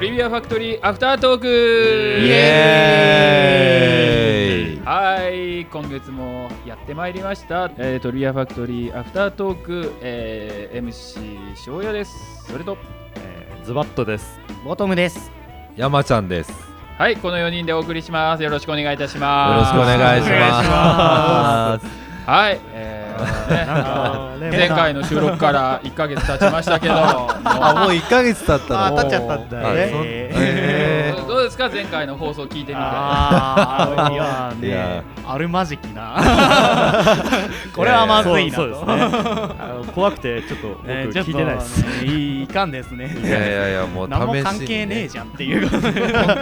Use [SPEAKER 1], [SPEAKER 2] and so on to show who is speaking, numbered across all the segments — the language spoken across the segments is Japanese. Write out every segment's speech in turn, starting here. [SPEAKER 1] ビアファクトリーアフタートーク
[SPEAKER 2] イエーイ
[SPEAKER 1] はい今月もやってまいりました、えー、トリビアファクトリーアフタートーク、えー、MC 翔也ですそれと
[SPEAKER 3] ズバットです。
[SPEAKER 4] ボトムです。
[SPEAKER 2] 山ちゃんです。よ
[SPEAKER 1] はいこの4人でお送りしますよろしくお願いいたし
[SPEAKER 2] ろ
[SPEAKER 1] ま
[SPEAKER 2] し
[SPEAKER 1] す
[SPEAKER 2] くお願いします。
[SPEAKER 1] すはい、えーねあ の前回の収録から1ヶ月経ちましたけど
[SPEAKER 2] あ、もう一ヶ月経った
[SPEAKER 4] あ、
[SPEAKER 2] の。
[SPEAKER 4] 当たっちゃったんだよ
[SPEAKER 2] はい
[SPEAKER 4] ね
[SPEAKER 2] そん
[SPEAKER 4] え
[SPEAKER 2] え
[SPEAKER 1] どうですか前回の放送聞いてみて
[SPEAKER 4] あーいや
[SPEAKER 2] いや
[SPEAKER 4] ね、あるまじきな。これはまずいなと。
[SPEAKER 3] そうそうですね。あの怖くてちょっと僕
[SPEAKER 4] ね
[SPEAKER 3] 聞いてないです。
[SPEAKER 4] ちょっとねいいかんですね。
[SPEAKER 2] ーいやいやいや、もう試し
[SPEAKER 4] 何も
[SPEAKER 2] に、
[SPEAKER 4] 関係ねえじゃんっていう。もう
[SPEAKER 2] ゃ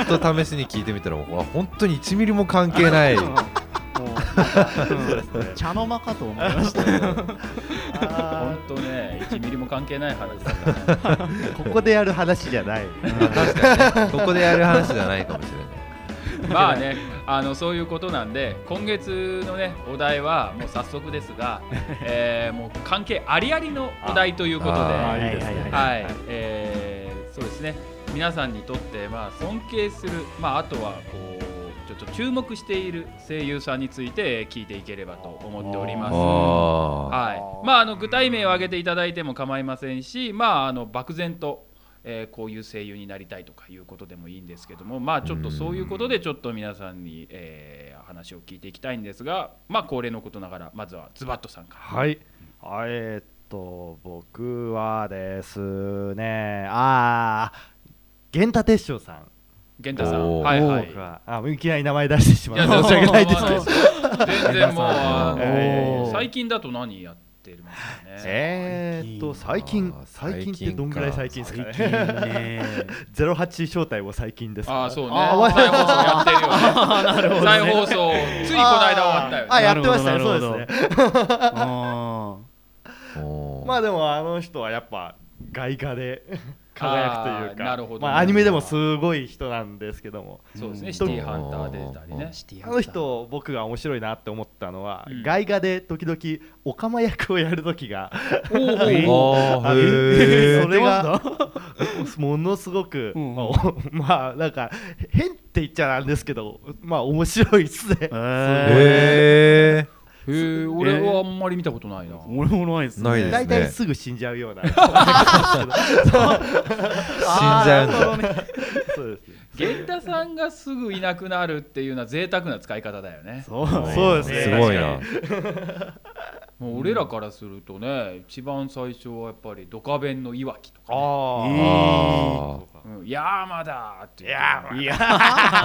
[SPEAKER 2] ん。と試しに聞いてみたら、わ本当に1ミリも関係ない。
[SPEAKER 4] うん茶の間かと思いました。
[SPEAKER 1] 本当ね1ミリも関係ない話だったね
[SPEAKER 5] ここでやる話じゃない。
[SPEAKER 2] ここでやる話じゃないかもしれない。
[SPEAKER 1] まあねあのそういうことなんで今月のねお題はもう早速ですが、えーもう関係ありありのお題ということで
[SPEAKER 2] あ
[SPEAKER 1] は
[SPEAKER 3] ーい
[SPEAKER 1] い
[SPEAKER 3] いですね
[SPEAKER 1] えーそうですね皆さんにとってまあ尊敬するまああとはこうちょっと注目している声優さんについて聞いていければと思っております。
[SPEAKER 2] あ
[SPEAKER 1] はい、まああの具体名を挙げていただいても構いませんし、まああの漠然と、えーこういう声優になりたいとかいうことでもいいんですけども、まあちょっとそういうことでちょっと皆さんに、えー話を聞いていきたいんですが、まあ恒例のことながらまずはズバッとさんから。
[SPEAKER 3] はい。
[SPEAKER 5] あえーっと、僕はですね、ああ、源太鉄章さん。
[SPEAKER 1] 源太さん、
[SPEAKER 2] おー
[SPEAKER 1] はいはい。
[SPEAKER 5] 僕はあ、もういきなり名前出してしま
[SPEAKER 1] や
[SPEAKER 5] う。申し訳ないですけど。
[SPEAKER 1] 全然もうあ
[SPEAKER 2] お
[SPEAKER 1] の
[SPEAKER 2] ー
[SPEAKER 5] えー
[SPEAKER 1] 最近だと何やってるんですかね。
[SPEAKER 5] えーっと最近
[SPEAKER 2] あー
[SPEAKER 5] 最近ってどんぐらい最近ですか
[SPEAKER 4] いい
[SPEAKER 5] ね
[SPEAKER 4] ね。
[SPEAKER 5] ゼロ八招待も最近ですか
[SPEAKER 1] ああそうね。
[SPEAKER 5] あわ
[SPEAKER 1] 再放送やってるよね。再放送ついこの間終わったよね。
[SPEAKER 5] あやってました
[SPEAKER 4] な
[SPEAKER 5] ね
[SPEAKER 4] るほ
[SPEAKER 5] そう
[SPEAKER 4] ど
[SPEAKER 5] ですね
[SPEAKER 4] あ
[SPEAKER 2] ーおー
[SPEAKER 5] まあでもあの人はやっぱ外貨で輝く
[SPEAKER 1] あー
[SPEAKER 5] というか
[SPEAKER 1] なるほど
[SPEAKER 5] まあ、アニメでもすごい人なんですけども
[SPEAKER 1] そうですね、
[SPEAKER 4] うん
[SPEAKER 1] シティハンター出てたりね
[SPEAKER 2] うん。
[SPEAKER 4] ー
[SPEAKER 5] あの。人僕が面白いなって思ったのは、
[SPEAKER 1] うん
[SPEAKER 5] 外貨で時々オカマ役をやる時が
[SPEAKER 1] おお
[SPEAKER 2] あ
[SPEAKER 1] ー
[SPEAKER 2] ー、
[SPEAKER 5] あ
[SPEAKER 2] へ
[SPEAKER 5] そ
[SPEAKER 2] ー
[SPEAKER 5] れがものすごく、
[SPEAKER 4] うん
[SPEAKER 5] まあおまあなんか変って言っちゃなんですけどまあ面白いっすね。
[SPEAKER 4] ええ。
[SPEAKER 2] へ
[SPEAKER 1] へえ、俺はあんまり見たことないな。
[SPEAKER 4] 俺もないですね。
[SPEAKER 2] ないです
[SPEAKER 5] 大体すぐ死んじゃうような
[SPEAKER 2] ー、死んじゃうんだ。
[SPEAKER 5] そうですね
[SPEAKER 1] 源太さんがすぐいなくなるっていうのは贅沢な使い方だよね。
[SPEAKER 5] そうですね
[SPEAKER 2] すごいな。
[SPEAKER 1] もう俺らからするとね、一番最初はやっぱりドカベンのいわきとか、
[SPEAKER 5] あー
[SPEAKER 2] あ
[SPEAKER 1] うん、山だーって言って。
[SPEAKER 5] いや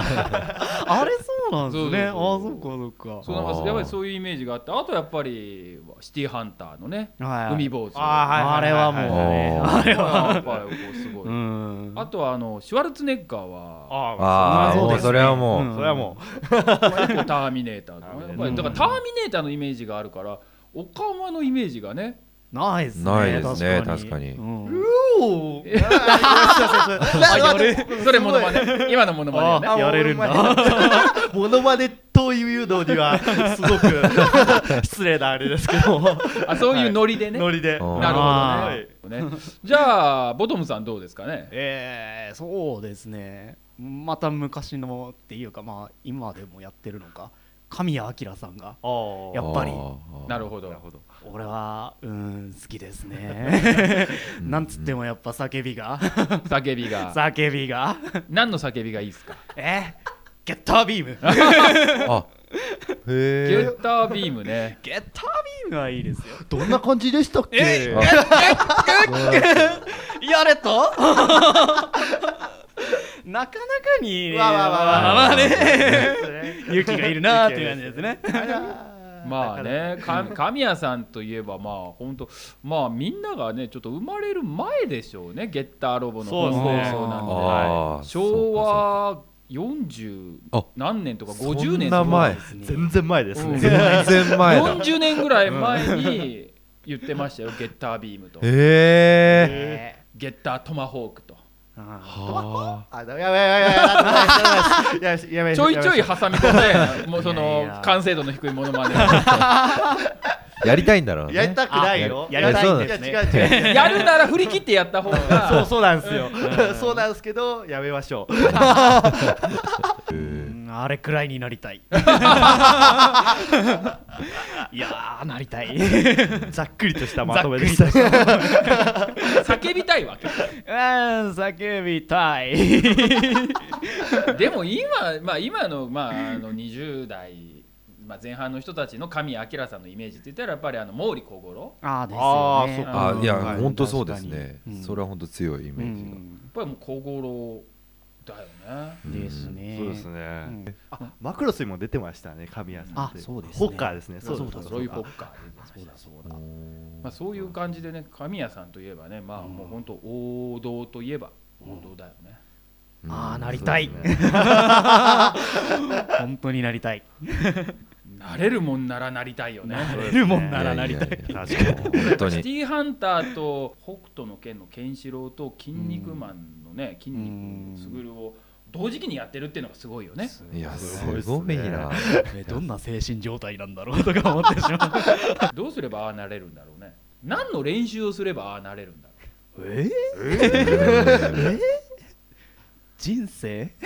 [SPEAKER 4] あれそうなんですね。あ、
[SPEAKER 1] そ
[SPEAKER 4] そうう
[SPEAKER 1] そ
[SPEAKER 4] か、そうか。
[SPEAKER 1] そうなんかやっぱりそういうイメージがあって、あとやっぱりシティハンターのね、
[SPEAKER 4] はいはい
[SPEAKER 1] 海坊主。
[SPEAKER 5] あ
[SPEAKER 4] あれは
[SPEAKER 2] ー
[SPEAKER 4] もう
[SPEAKER 2] おー
[SPEAKER 1] あれはやっぱりこうすごい。
[SPEAKER 4] うん。
[SPEAKER 1] あとはあのシュワルツェネッガーは。
[SPEAKER 2] あ
[SPEAKER 5] あ
[SPEAKER 2] ー、
[SPEAKER 5] そう
[SPEAKER 2] も
[SPEAKER 5] で
[SPEAKER 2] う
[SPEAKER 5] すね
[SPEAKER 2] それはもう。
[SPEAKER 5] それはも
[SPEAKER 1] やっぱターミネーターだね やっぱりだからターミネーターのイメージがあるからオカマのイメージがね
[SPEAKER 4] ないですね。
[SPEAKER 2] ないですね確
[SPEAKER 4] 確
[SPEAKER 2] か
[SPEAKER 4] か
[SPEAKER 2] に
[SPEAKER 4] に。
[SPEAKER 5] うおーあーいやそうそうそう
[SPEAKER 1] それモノマネ今のモノマネよ
[SPEAKER 5] あ
[SPEAKER 1] ね
[SPEAKER 4] やれるんだ
[SPEAKER 5] モノマネというのにはすごく失礼なあれですけども
[SPEAKER 1] あそういうノリでね
[SPEAKER 5] ノリで
[SPEAKER 2] うん
[SPEAKER 1] な
[SPEAKER 4] あ
[SPEAKER 1] るほどねねじゃあボトムさんどうですかね
[SPEAKER 4] ええ、そうですね。また昔のっていうか、まあ、今でもやってるのか。神谷明さんが。
[SPEAKER 5] ほ
[SPEAKER 4] やっぱり
[SPEAKER 2] あー
[SPEAKER 1] なるほど
[SPEAKER 4] 俺は、うん、好きです ね。なんつっても、やっぱ叫びが。
[SPEAKER 1] 叫び が
[SPEAKER 4] 叫びが。
[SPEAKER 1] 何の叫びがいいですか
[SPEAKER 4] え。ゲッタービーム。
[SPEAKER 2] あ
[SPEAKER 1] ゲ
[SPEAKER 2] へえ
[SPEAKER 1] ッタービーム ね
[SPEAKER 4] ゲッタービームはいいですよ。
[SPEAKER 5] どんな感じでしたっけ
[SPEAKER 4] やれとなかなかに、
[SPEAKER 5] わわわわわ
[SPEAKER 4] まあね、
[SPEAKER 5] え
[SPEAKER 4] 勇気がいるなーっていう感じです ね。
[SPEAKER 1] まあねか神谷さんといえばまあ本当まあみんながねちょっと生まれる前でしょうねゲッターロボの
[SPEAKER 5] そうですね
[SPEAKER 1] 放送なんで
[SPEAKER 2] あー
[SPEAKER 1] 昭
[SPEAKER 2] そうか
[SPEAKER 1] 和40
[SPEAKER 2] あ
[SPEAKER 1] 何年とか
[SPEAKER 2] そうか
[SPEAKER 1] 50年
[SPEAKER 2] そんな
[SPEAKER 1] とか
[SPEAKER 2] 前
[SPEAKER 5] 全然前です
[SPEAKER 1] うん
[SPEAKER 5] ね
[SPEAKER 2] 全然前だ
[SPEAKER 1] 40年ぐらい前に言ってましたよゲッタービームと
[SPEAKER 2] へえ
[SPEAKER 1] ゲッタートマホークと
[SPEAKER 2] は
[SPEAKER 5] あやばいやばいやばいやばいやばいやばいやばいやばい
[SPEAKER 1] ちょいちょい挟み込んでもうそ
[SPEAKER 4] いや
[SPEAKER 1] の
[SPEAKER 4] いや
[SPEAKER 1] 完成度の低いものまで
[SPEAKER 2] やりたいんだろうね
[SPEAKER 5] やりたくないよ
[SPEAKER 4] あやりたいん
[SPEAKER 5] いや
[SPEAKER 4] です
[SPEAKER 5] 違う
[SPEAKER 4] ね
[SPEAKER 5] 違う違う
[SPEAKER 1] やるなら振り切ってやった方が
[SPEAKER 5] そうそうなんですよ
[SPEAKER 1] うん
[SPEAKER 5] そうなんですけどやめましょ
[SPEAKER 2] う
[SPEAKER 5] う
[SPEAKER 4] うんんあれくらいになりたいいやーなりたい
[SPEAKER 5] ざっくりとしたま
[SPEAKER 4] ま
[SPEAKER 5] と
[SPEAKER 4] と
[SPEAKER 5] め
[SPEAKER 4] め
[SPEAKER 5] で
[SPEAKER 4] ですす
[SPEAKER 1] 叫びたいわけ
[SPEAKER 4] うん叫びたい
[SPEAKER 1] でも今、まあ、今の,、まあ、あの20代、まあ、前半の人たちの神谷明さんのイメージって言ったらやっぱりあの毛利小五郎
[SPEAKER 4] ああです
[SPEAKER 5] あ
[SPEAKER 4] よ
[SPEAKER 5] ーそ
[SPEAKER 4] ね
[SPEAKER 5] っか
[SPEAKER 2] あいや
[SPEAKER 4] はい
[SPEAKER 2] 本当そうですね
[SPEAKER 4] 確かに
[SPEAKER 2] それは本当強いイ
[SPEAKER 4] う
[SPEAKER 2] メージが
[SPEAKER 4] ん
[SPEAKER 1] やっぱりもう小五郎だよね
[SPEAKER 2] うん
[SPEAKER 4] ですね
[SPEAKER 5] そうです
[SPEAKER 4] う
[SPEAKER 5] ね
[SPEAKER 4] ん
[SPEAKER 5] あマクロスにも出てましたね神谷さんって
[SPEAKER 4] あそうですね
[SPEAKER 5] ホッカーですねそうだ
[SPEAKER 4] そうだ
[SPEAKER 1] ロイ・フォ
[SPEAKER 5] だ
[SPEAKER 1] ッカー
[SPEAKER 4] そうだそうだ
[SPEAKER 1] まあ、そういう感じでね神谷さんといえばねまあもう本当王道といえば王道だよね、
[SPEAKER 2] うん
[SPEAKER 4] ああなりたい、
[SPEAKER 5] そうですね
[SPEAKER 4] 本当になりたい
[SPEAKER 1] なれるもんならなりたいよね
[SPEAKER 4] なれるもんならなりたい
[SPEAKER 2] ややや
[SPEAKER 5] 確かに
[SPEAKER 2] 本当
[SPEAKER 1] シテ
[SPEAKER 2] に
[SPEAKER 1] ィーハンターと北斗の拳のケンシロウと筋肉マンのね筋肉すぐるを同時期にやってるっていうのがすごいよね
[SPEAKER 2] いや
[SPEAKER 5] す
[SPEAKER 2] す
[SPEAKER 5] ごいっすね
[SPEAKER 2] ごいな
[SPEAKER 4] ねどんな精神状態なんだろうとか思ってしま
[SPEAKER 1] どうすればああなれるんだろうね何の練習をすればああなれるんだろう
[SPEAKER 4] うえ
[SPEAKER 2] うん
[SPEAKER 4] 人生
[SPEAKER 1] ね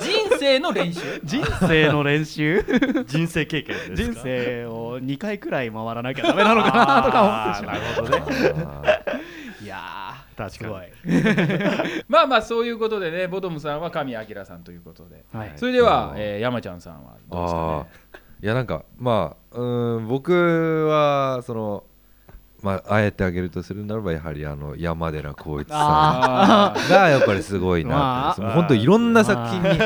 [SPEAKER 1] 人生の練習
[SPEAKER 4] 人生の練習
[SPEAKER 5] 人生経験ですか
[SPEAKER 4] 人生を2回くらい回らなきゃダメなのかなとか思ってしま
[SPEAKER 5] あーなるほどね
[SPEAKER 2] あー
[SPEAKER 4] ういやー
[SPEAKER 5] 確かに
[SPEAKER 4] すごい
[SPEAKER 1] まあまあそういうことでねボトムさんは神明さんということで
[SPEAKER 4] はい
[SPEAKER 1] それでは
[SPEAKER 2] あ、ー
[SPEAKER 1] えー、山ちゃんさんはどうですか
[SPEAKER 2] あ
[SPEAKER 1] ね
[SPEAKER 2] あいやなんかまあうーん僕はそのまああえてあげるとするならばやはりあの山寺宏一さ
[SPEAKER 1] あ
[SPEAKER 2] んがやっぱりすごいなって
[SPEAKER 5] まあ
[SPEAKER 2] 本当いろんな作品に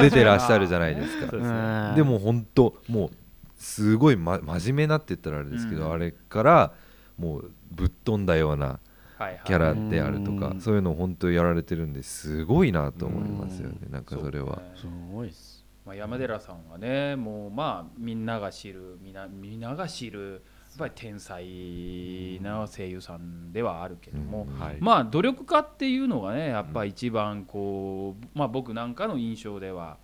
[SPEAKER 2] 出てらっしゃるじゃないです
[SPEAKER 5] そう
[SPEAKER 2] か
[SPEAKER 5] ですね
[SPEAKER 4] うん
[SPEAKER 2] でも本当もうすごい、ま、真面目なって言ったらあれですけど、
[SPEAKER 1] うん
[SPEAKER 2] あれからもうぶっ飛んだような
[SPEAKER 1] ーはいはい
[SPEAKER 2] キャラであるとか、
[SPEAKER 4] うん
[SPEAKER 2] そういうのを本当やられてるんですごいなと思いますよね、なんかそれは。
[SPEAKER 4] すごいっす
[SPEAKER 1] まあ、山寺さんはねもうまあみんなが知るみんなみんなが知るやっぱり天才な声優さんではあるけども、
[SPEAKER 2] うん
[SPEAKER 5] はい
[SPEAKER 1] まあ努力家っていうのがねやっぱ一番こう、まあ、僕なんかの印象ではやっ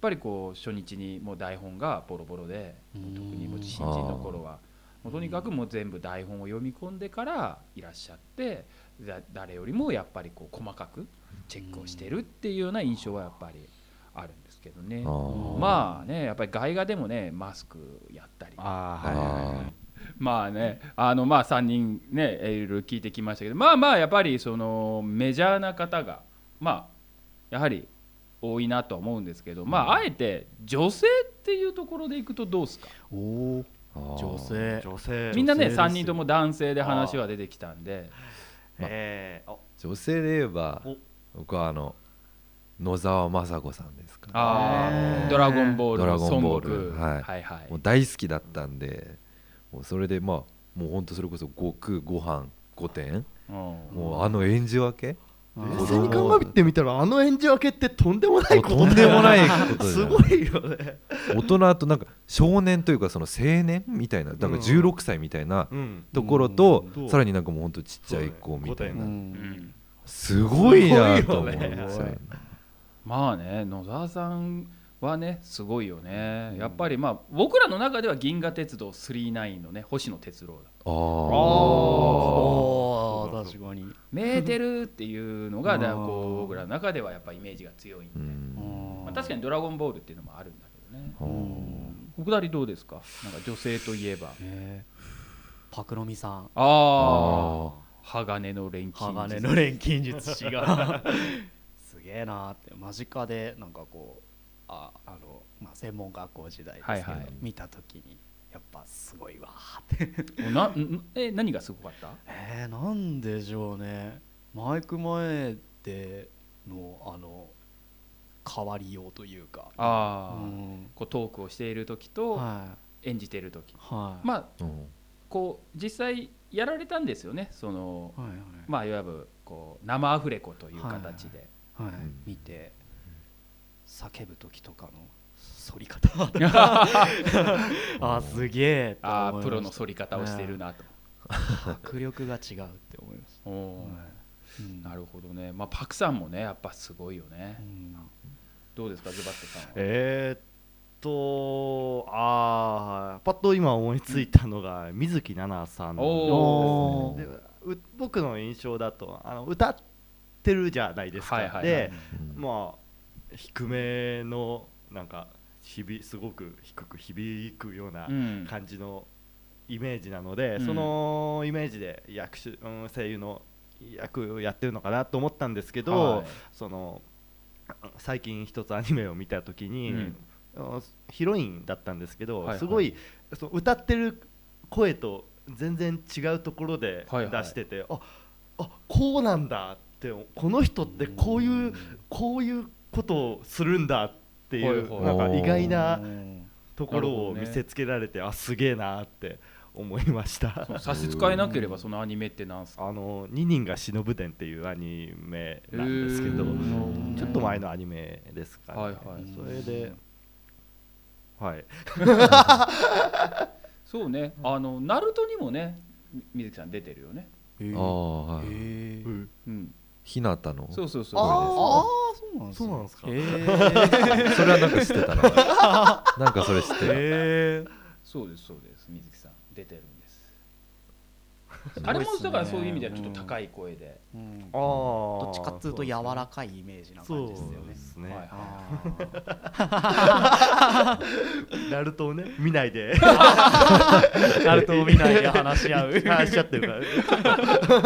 [SPEAKER 1] ぱりこう初日にもう台本がボロボロで
[SPEAKER 4] うん
[SPEAKER 1] 特にもう新人の頃はもうとにかくもう全部台本を読み込んでからいらっしゃってだ誰よりもやっぱりこう細かくチェックをしてるっていうような印象はやっぱりあるんですけどね。
[SPEAKER 2] ー
[SPEAKER 1] まあねやっぱり外画でもねマスクやったり
[SPEAKER 5] あーはいはいはい
[SPEAKER 2] あ
[SPEAKER 1] まあねあのまあ3人ねいろいろ聞いてきましたけどまあまあやっぱりそのメジャーな方がまあやはり多いなとは思うんですけどまああえて女性っていうところでいくとどうですか
[SPEAKER 4] おお
[SPEAKER 2] ーあー
[SPEAKER 4] 女性
[SPEAKER 5] 女性
[SPEAKER 1] みんなね
[SPEAKER 5] 女性ですよ
[SPEAKER 1] 3人とも男性で話は出てきたんで
[SPEAKER 5] えーあ
[SPEAKER 2] 女性で言えば
[SPEAKER 5] お
[SPEAKER 2] 僕はあの野沢雅子さんですか
[SPEAKER 1] あ
[SPEAKER 4] え
[SPEAKER 1] ー
[SPEAKER 4] ー
[SPEAKER 1] ドラゴンボール」
[SPEAKER 2] ドラ
[SPEAKER 1] の
[SPEAKER 2] ゴンボール
[SPEAKER 1] 孫悟空
[SPEAKER 2] はい
[SPEAKER 1] はいはい
[SPEAKER 2] もう大好きだったんでもうそれでまあもうほんとそれこそ悟空ご飯5点
[SPEAKER 1] うん
[SPEAKER 2] もうあの演じ分け
[SPEAKER 5] 冷
[SPEAKER 2] 子
[SPEAKER 5] 静
[SPEAKER 2] 供
[SPEAKER 5] に鑑みてみたらあの演じ分けってとんでもない
[SPEAKER 2] もう
[SPEAKER 5] こと
[SPEAKER 2] とんでもないことじ
[SPEAKER 5] す
[SPEAKER 2] ゃ
[SPEAKER 5] ご
[SPEAKER 2] ない
[SPEAKER 5] いよね、
[SPEAKER 2] 大人となんか少年というかその青年みたいなだから16歳みたいな
[SPEAKER 5] うん、
[SPEAKER 2] ところと
[SPEAKER 5] うん
[SPEAKER 2] さらになんかもうほんとちっちゃい子みたい
[SPEAKER 5] うん
[SPEAKER 2] な
[SPEAKER 1] うん
[SPEAKER 2] すごいなと思う
[SPEAKER 5] す
[SPEAKER 2] ん
[SPEAKER 5] ごいよね
[SPEAKER 2] ですよね
[SPEAKER 1] まあね野沢さんはねすごいよね、やっぱりまあ僕らの中では「銀河鉄道999」のね星野哲郎だ
[SPEAKER 2] あー
[SPEAKER 4] おー確かに
[SPEAKER 1] メーテルっていうのがだからこ
[SPEAKER 4] あ
[SPEAKER 1] う
[SPEAKER 4] ー
[SPEAKER 1] 僕らの中ではやっぱイメージが強いんで、
[SPEAKER 2] うん
[SPEAKER 1] まあ、確かに「ドラゴンボール」っていうのもあるんだけどね
[SPEAKER 2] あー
[SPEAKER 1] お二人どうですかなんか女性といえば
[SPEAKER 4] ねパクロミさん
[SPEAKER 1] ああ
[SPEAKER 2] あ
[SPEAKER 1] 鋼の錬金術
[SPEAKER 4] 鋼の錬金術師が すげえなーって間近でなんかこうああの、まあ、専門学校時代ですけど、
[SPEAKER 1] はいはい
[SPEAKER 4] 見た時にやっぱすごいわーって
[SPEAKER 1] ななえ何がすごかった
[SPEAKER 4] えー、なんでしょうねマイク前でのあの変わりようというか
[SPEAKER 1] ああ、
[SPEAKER 4] うん
[SPEAKER 1] こうトークをしている時と
[SPEAKER 4] は
[SPEAKER 1] 演じている時、
[SPEAKER 4] いはい、
[SPEAKER 1] まあ
[SPEAKER 2] ーうん
[SPEAKER 1] こう実際やられたんですよねその
[SPEAKER 4] はいはい
[SPEAKER 1] まあいわぶこう生アフレコという形で、
[SPEAKER 4] はい
[SPEAKER 2] ん
[SPEAKER 4] 見て叫ぶ時とかの反り方あすげえと
[SPEAKER 1] ああ
[SPEAKER 4] 思いま した
[SPEAKER 1] プロの反り方をしているなと、
[SPEAKER 4] 迫力が違うって思いまし
[SPEAKER 1] おー
[SPEAKER 4] た、うん
[SPEAKER 1] なるほどねまあパクさんもねやっぱすごいよね、
[SPEAKER 4] うん
[SPEAKER 1] どうですかズバットさんは、
[SPEAKER 5] えーっとああパッと今思いついたのが水木奈々さんなんですね
[SPEAKER 1] お
[SPEAKER 4] ー
[SPEAKER 5] でう僕の印象だとあの歌ってるじゃないですか、
[SPEAKER 1] はいはいはい
[SPEAKER 5] で
[SPEAKER 2] うん
[SPEAKER 5] まあ低めのなんかひびすごく低く響くような
[SPEAKER 1] うん
[SPEAKER 5] 感じのイメージなので、
[SPEAKER 1] うん
[SPEAKER 5] そのイメージで役種、うん、声優の役をやってるのかなと思ったんですけど、
[SPEAKER 1] はい
[SPEAKER 5] その最近一つアニメを見た時に、
[SPEAKER 1] うん
[SPEAKER 5] あのヒロインだったんですけど、
[SPEAKER 1] はいはい
[SPEAKER 5] すごいその歌ってる声と全然違うところで
[SPEAKER 1] はいはい
[SPEAKER 5] 出してて、ああこうなんだってこの人ってこういうこういうことをするんだっていう、
[SPEAKER 1] はい
[SPEAKER 2] はい
[SPEAKER 5] なんか意外な
[SPEAKER 4] うん
[SPEAKER 5] ところ
[SPEAKER 1] なるほど
[SPEAKER 5] を
[SPEAKER 1] ね
[SPEAKER 5] 見せつけられて、あすげえなって思いました
[SPEAKER 1] そ。の差し支えなければそのアニメってなんすか
[SPEAKER 5] あの二人が忍ぶ伝っていうアニメなんですけど
[SPEAKER 1] へー
[SPEAKER 5] ちょっと前のアニメですかね、
[SPEAKER 1] はいはい
[SPEAKER 5] それではい
[SPEAKER 1] そうねあのナルトにもねみ水木さん出てるよね
[SPEAKER 4] へー
[SPEAKER 2] ああはい、
[SPEAKER 4] へー
[SPEAKER 1] うん
[SPEAKER 2] 日向の
[SPEAKER 1] そうそうそう
[SPEAKER 4] あーあ
[SPEAKER 1] そ
[SPEAKER 4] ーそうなんです
[SPEAKER 5] そうなんですか
[SPEAKER 4] へー
[SPEAKER 2] それはなんか知ってたななんかそれ知ってた、
[SPEAKER 5] え
[SPEAKER 1] うですそうですそうです水木さん出てるんです
[SPEAKER 4] すごいっすね
[SPEAKER 1] あれもだからそういう意味ではちょっと高い声で
[SPEAKER 4] うん
[SPEAKER 5] あ
[SPEAKER 4] ど
[SPEAKER 5] ど
[SPEAKER 4] っちかっつうと柔らかいイメージな
[SPEAKER 5] そ
[SPEAKER 4] 感
[SPEAKER 5] う
[SPEAKER 4] じですよ
[SPEAKER 5] で
[SPEAKER 4] ね
[SPEAKER 5] すね、
[SPEAKER 1] はい
[SPEAKER 4] あ
[SPEAKER 5] ナルトをね見ないで
[SPEAKER 4] ナルトを見ないで話 し合う
[SPEAKER 5] 話し合ってるから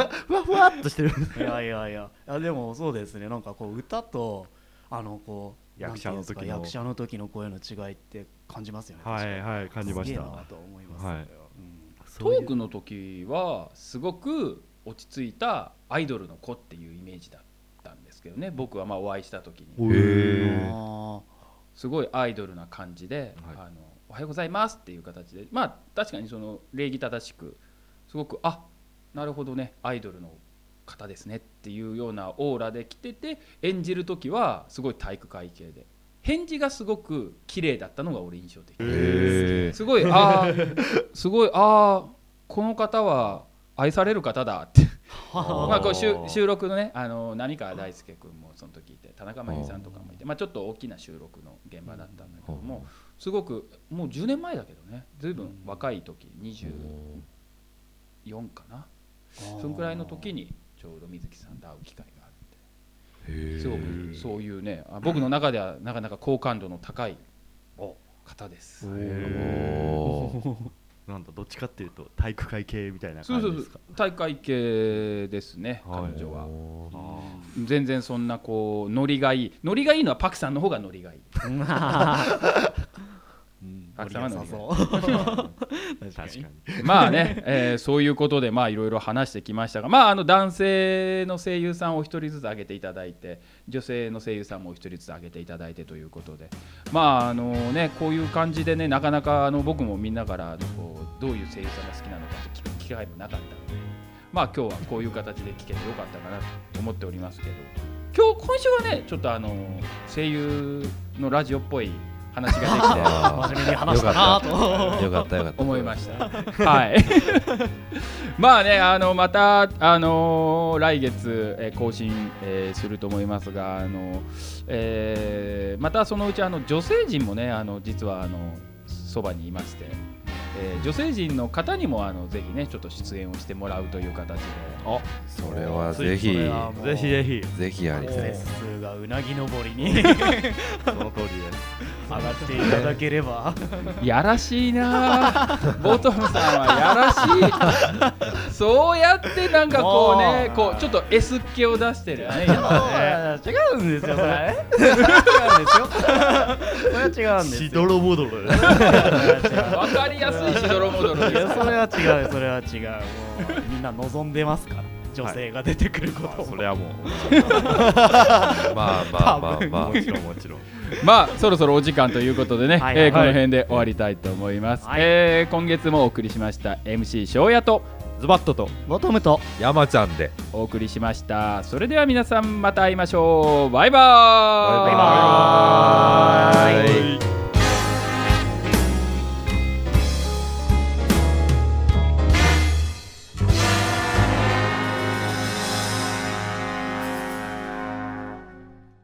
[SPEAKER 5] ふわふわっとしてる
[SPEAKER 4] いやいやいやあでもそうですねなんかこう歌とあのこう
[SPEAKER 5] 役者の時の
[SPEAKER 4] なんていうんですか役者の時の声の違いって感じますよね
[SPEAKER 5] はいはい感じまし
[SPEAKER 4] すげえな
[SPEAKER 5] た
[SPEAKER 4] と思います、
[SPEAKER 5] はい
[SPEAKER 4] それ
[SPEAKER 1] ト
[SPEAKER 4] うん
[SPEAKER 1] ークの時はすごく落ち着いたアイドルの子っていうイメージだったんですけどね僕はまあお会いした時に
[SPEAKER 2] へえ
[SPEAKER 4] あ
[SPEAKER 1] すごいアイドルな感じで、
[SPEAKER 2] はい
[SPEAKER 1] あのおはようございますっていう形でまあ確かにその礼儀正しくすごくあなるほどねアイドルの方ですねっていうようなオーラで来てて演じる時はすごい体育会系で返事がすごく綺麗だったのが俺印象的、
[SPEAKER 2] へえ
[SPEAKER 1] すごいあーすごいあーこの方は愛される方だってまあこう収収録のねあの浪川大輔君もその時いて田中真由美さんとかもいてまあちょっと大きな収録の現場だったんだけどもすごくもう10年前だけどね随分若い時24かな
[SPEAKER 4] ー
[SPEAKER 1] そのくらいの時にちょうど水木さんと会う機会があっ
[SPEAKER 2] へえ
[SPEAKER 1] てすごくそういうねあ僕の中ではなかなか好感度の高い方です。
[SPEAKER 2] おー
[SPEAKER 5] なんだどっちかっていうと体育会系みたいな
[SPEAKER 1] そう
[SPEAKER 5] 感
[SPEAKER 1] そう
[SPEAKER 5] じ
[SPEAKER 1] そう
[SPEAKER 5] ですか
[SPEAKER 1] 大会系ですね彼女は。
[SPEAKER 2] おー
[SPEAKER 1] 全然そんなこうノリがいいノリがいいのはパクさんの方がノリがいい
[SPEAKER 4] うん
[SPEAKER 1] あ貴様の
[SPEAKER 4] 盛り上がりそう確かに
[SPEAKER 1] まあね、 えーそういうことでまあいろいろ話してきましたが、まあ、あの男性の声優さんをお一人ずつ挙げていただいて女性の声優さんもお一人ずつ挙げていただいてということでまああのねこういう感じでねなかなかあの僕もみんなからあのこうどういう声優さんが好きなのかって聞く機会もなかったのでまあ今日はこういう形で聞けてよかったかなと思っておりますけど今日今週はねちょっとあの声優のラジオっぽい話ができて。
[SPEAKER 2] あー
[SPEAKER 4] 真面目に話したなと
[SPEAKER 2] よかったよかった
[SPEAKER 1] 思いました。はい。 まあね、あのまたあのー来月、えー更新、えーすると思いますが、あのえーまたそのうちあの女性陣もね、あの実はあのそばにいまして、えー女性陣の方にもあのぜひねちょっと出演をしてもらうという形で、
[SPEAKER 2] それはぜひ
[SPEAKER 4] それはもう
[SPEAKER 5] ぜひぜひ
[SPEAKER 2] ぜひや
[SPEAKER 4] ア
[SPEAKER 2] り
[SPEAKER 4] ク
[SPEAKER 2] た
[SPEAKER 4] セ
[SPEAKER 2] い
[SPEAKER 4] ス数がうなぎ登りに上
[SPEAKER 5] その通りです
[SPEAKER 4] がっていただけれ ば
[SPEAKER 1] やらしいなあ、ボトムさんはやらしい。そうやってなんかこうね、
[SPEAKER 4] もう
[SPEAKER 1] こうちょっと S っ気を出してるよね。今
[SPEAKER 4] 違うんですよ、それ。違うんですよ。それは違うんです
[SPEAKER 5] し
[SPEAKER 4] よ。
[SPEAKER 5] どろもどろです
[SPEAKER 1] わかりやすいしどろもどろ
[SPEAKER 4] い
[SPEAKER 1] です
[SPEAKER 4] や、それは違う、それは違う。もうみんな望んでますから、女性が出てくることを。
[SPEAKER 5] それはも う
[SPEAKER 2] まあまあまあまあ
[SPEAKER 5] もちろんもちろん
[SPEAKER 1] まあそろそろお時間ということでね、
[SPEAKER 4] はいはい
[SPEAKER 1] えーこの辺で終わりたいと思います、
[SPEAKER 4] はい
[SPEAKER 1] えー今月もお送りしました MC 翔也と
[SPEAKER 5] ズバッとと
[SPEAKER 4] ボトムと。
[SPEAKER 2] 山ちゃんで
[SPEAKER 1] お送りしましたそれでは皆さんまた会いましょうバイバーイ
[SPEAKER 2] バイバーイ
[SPEAKER 5] はい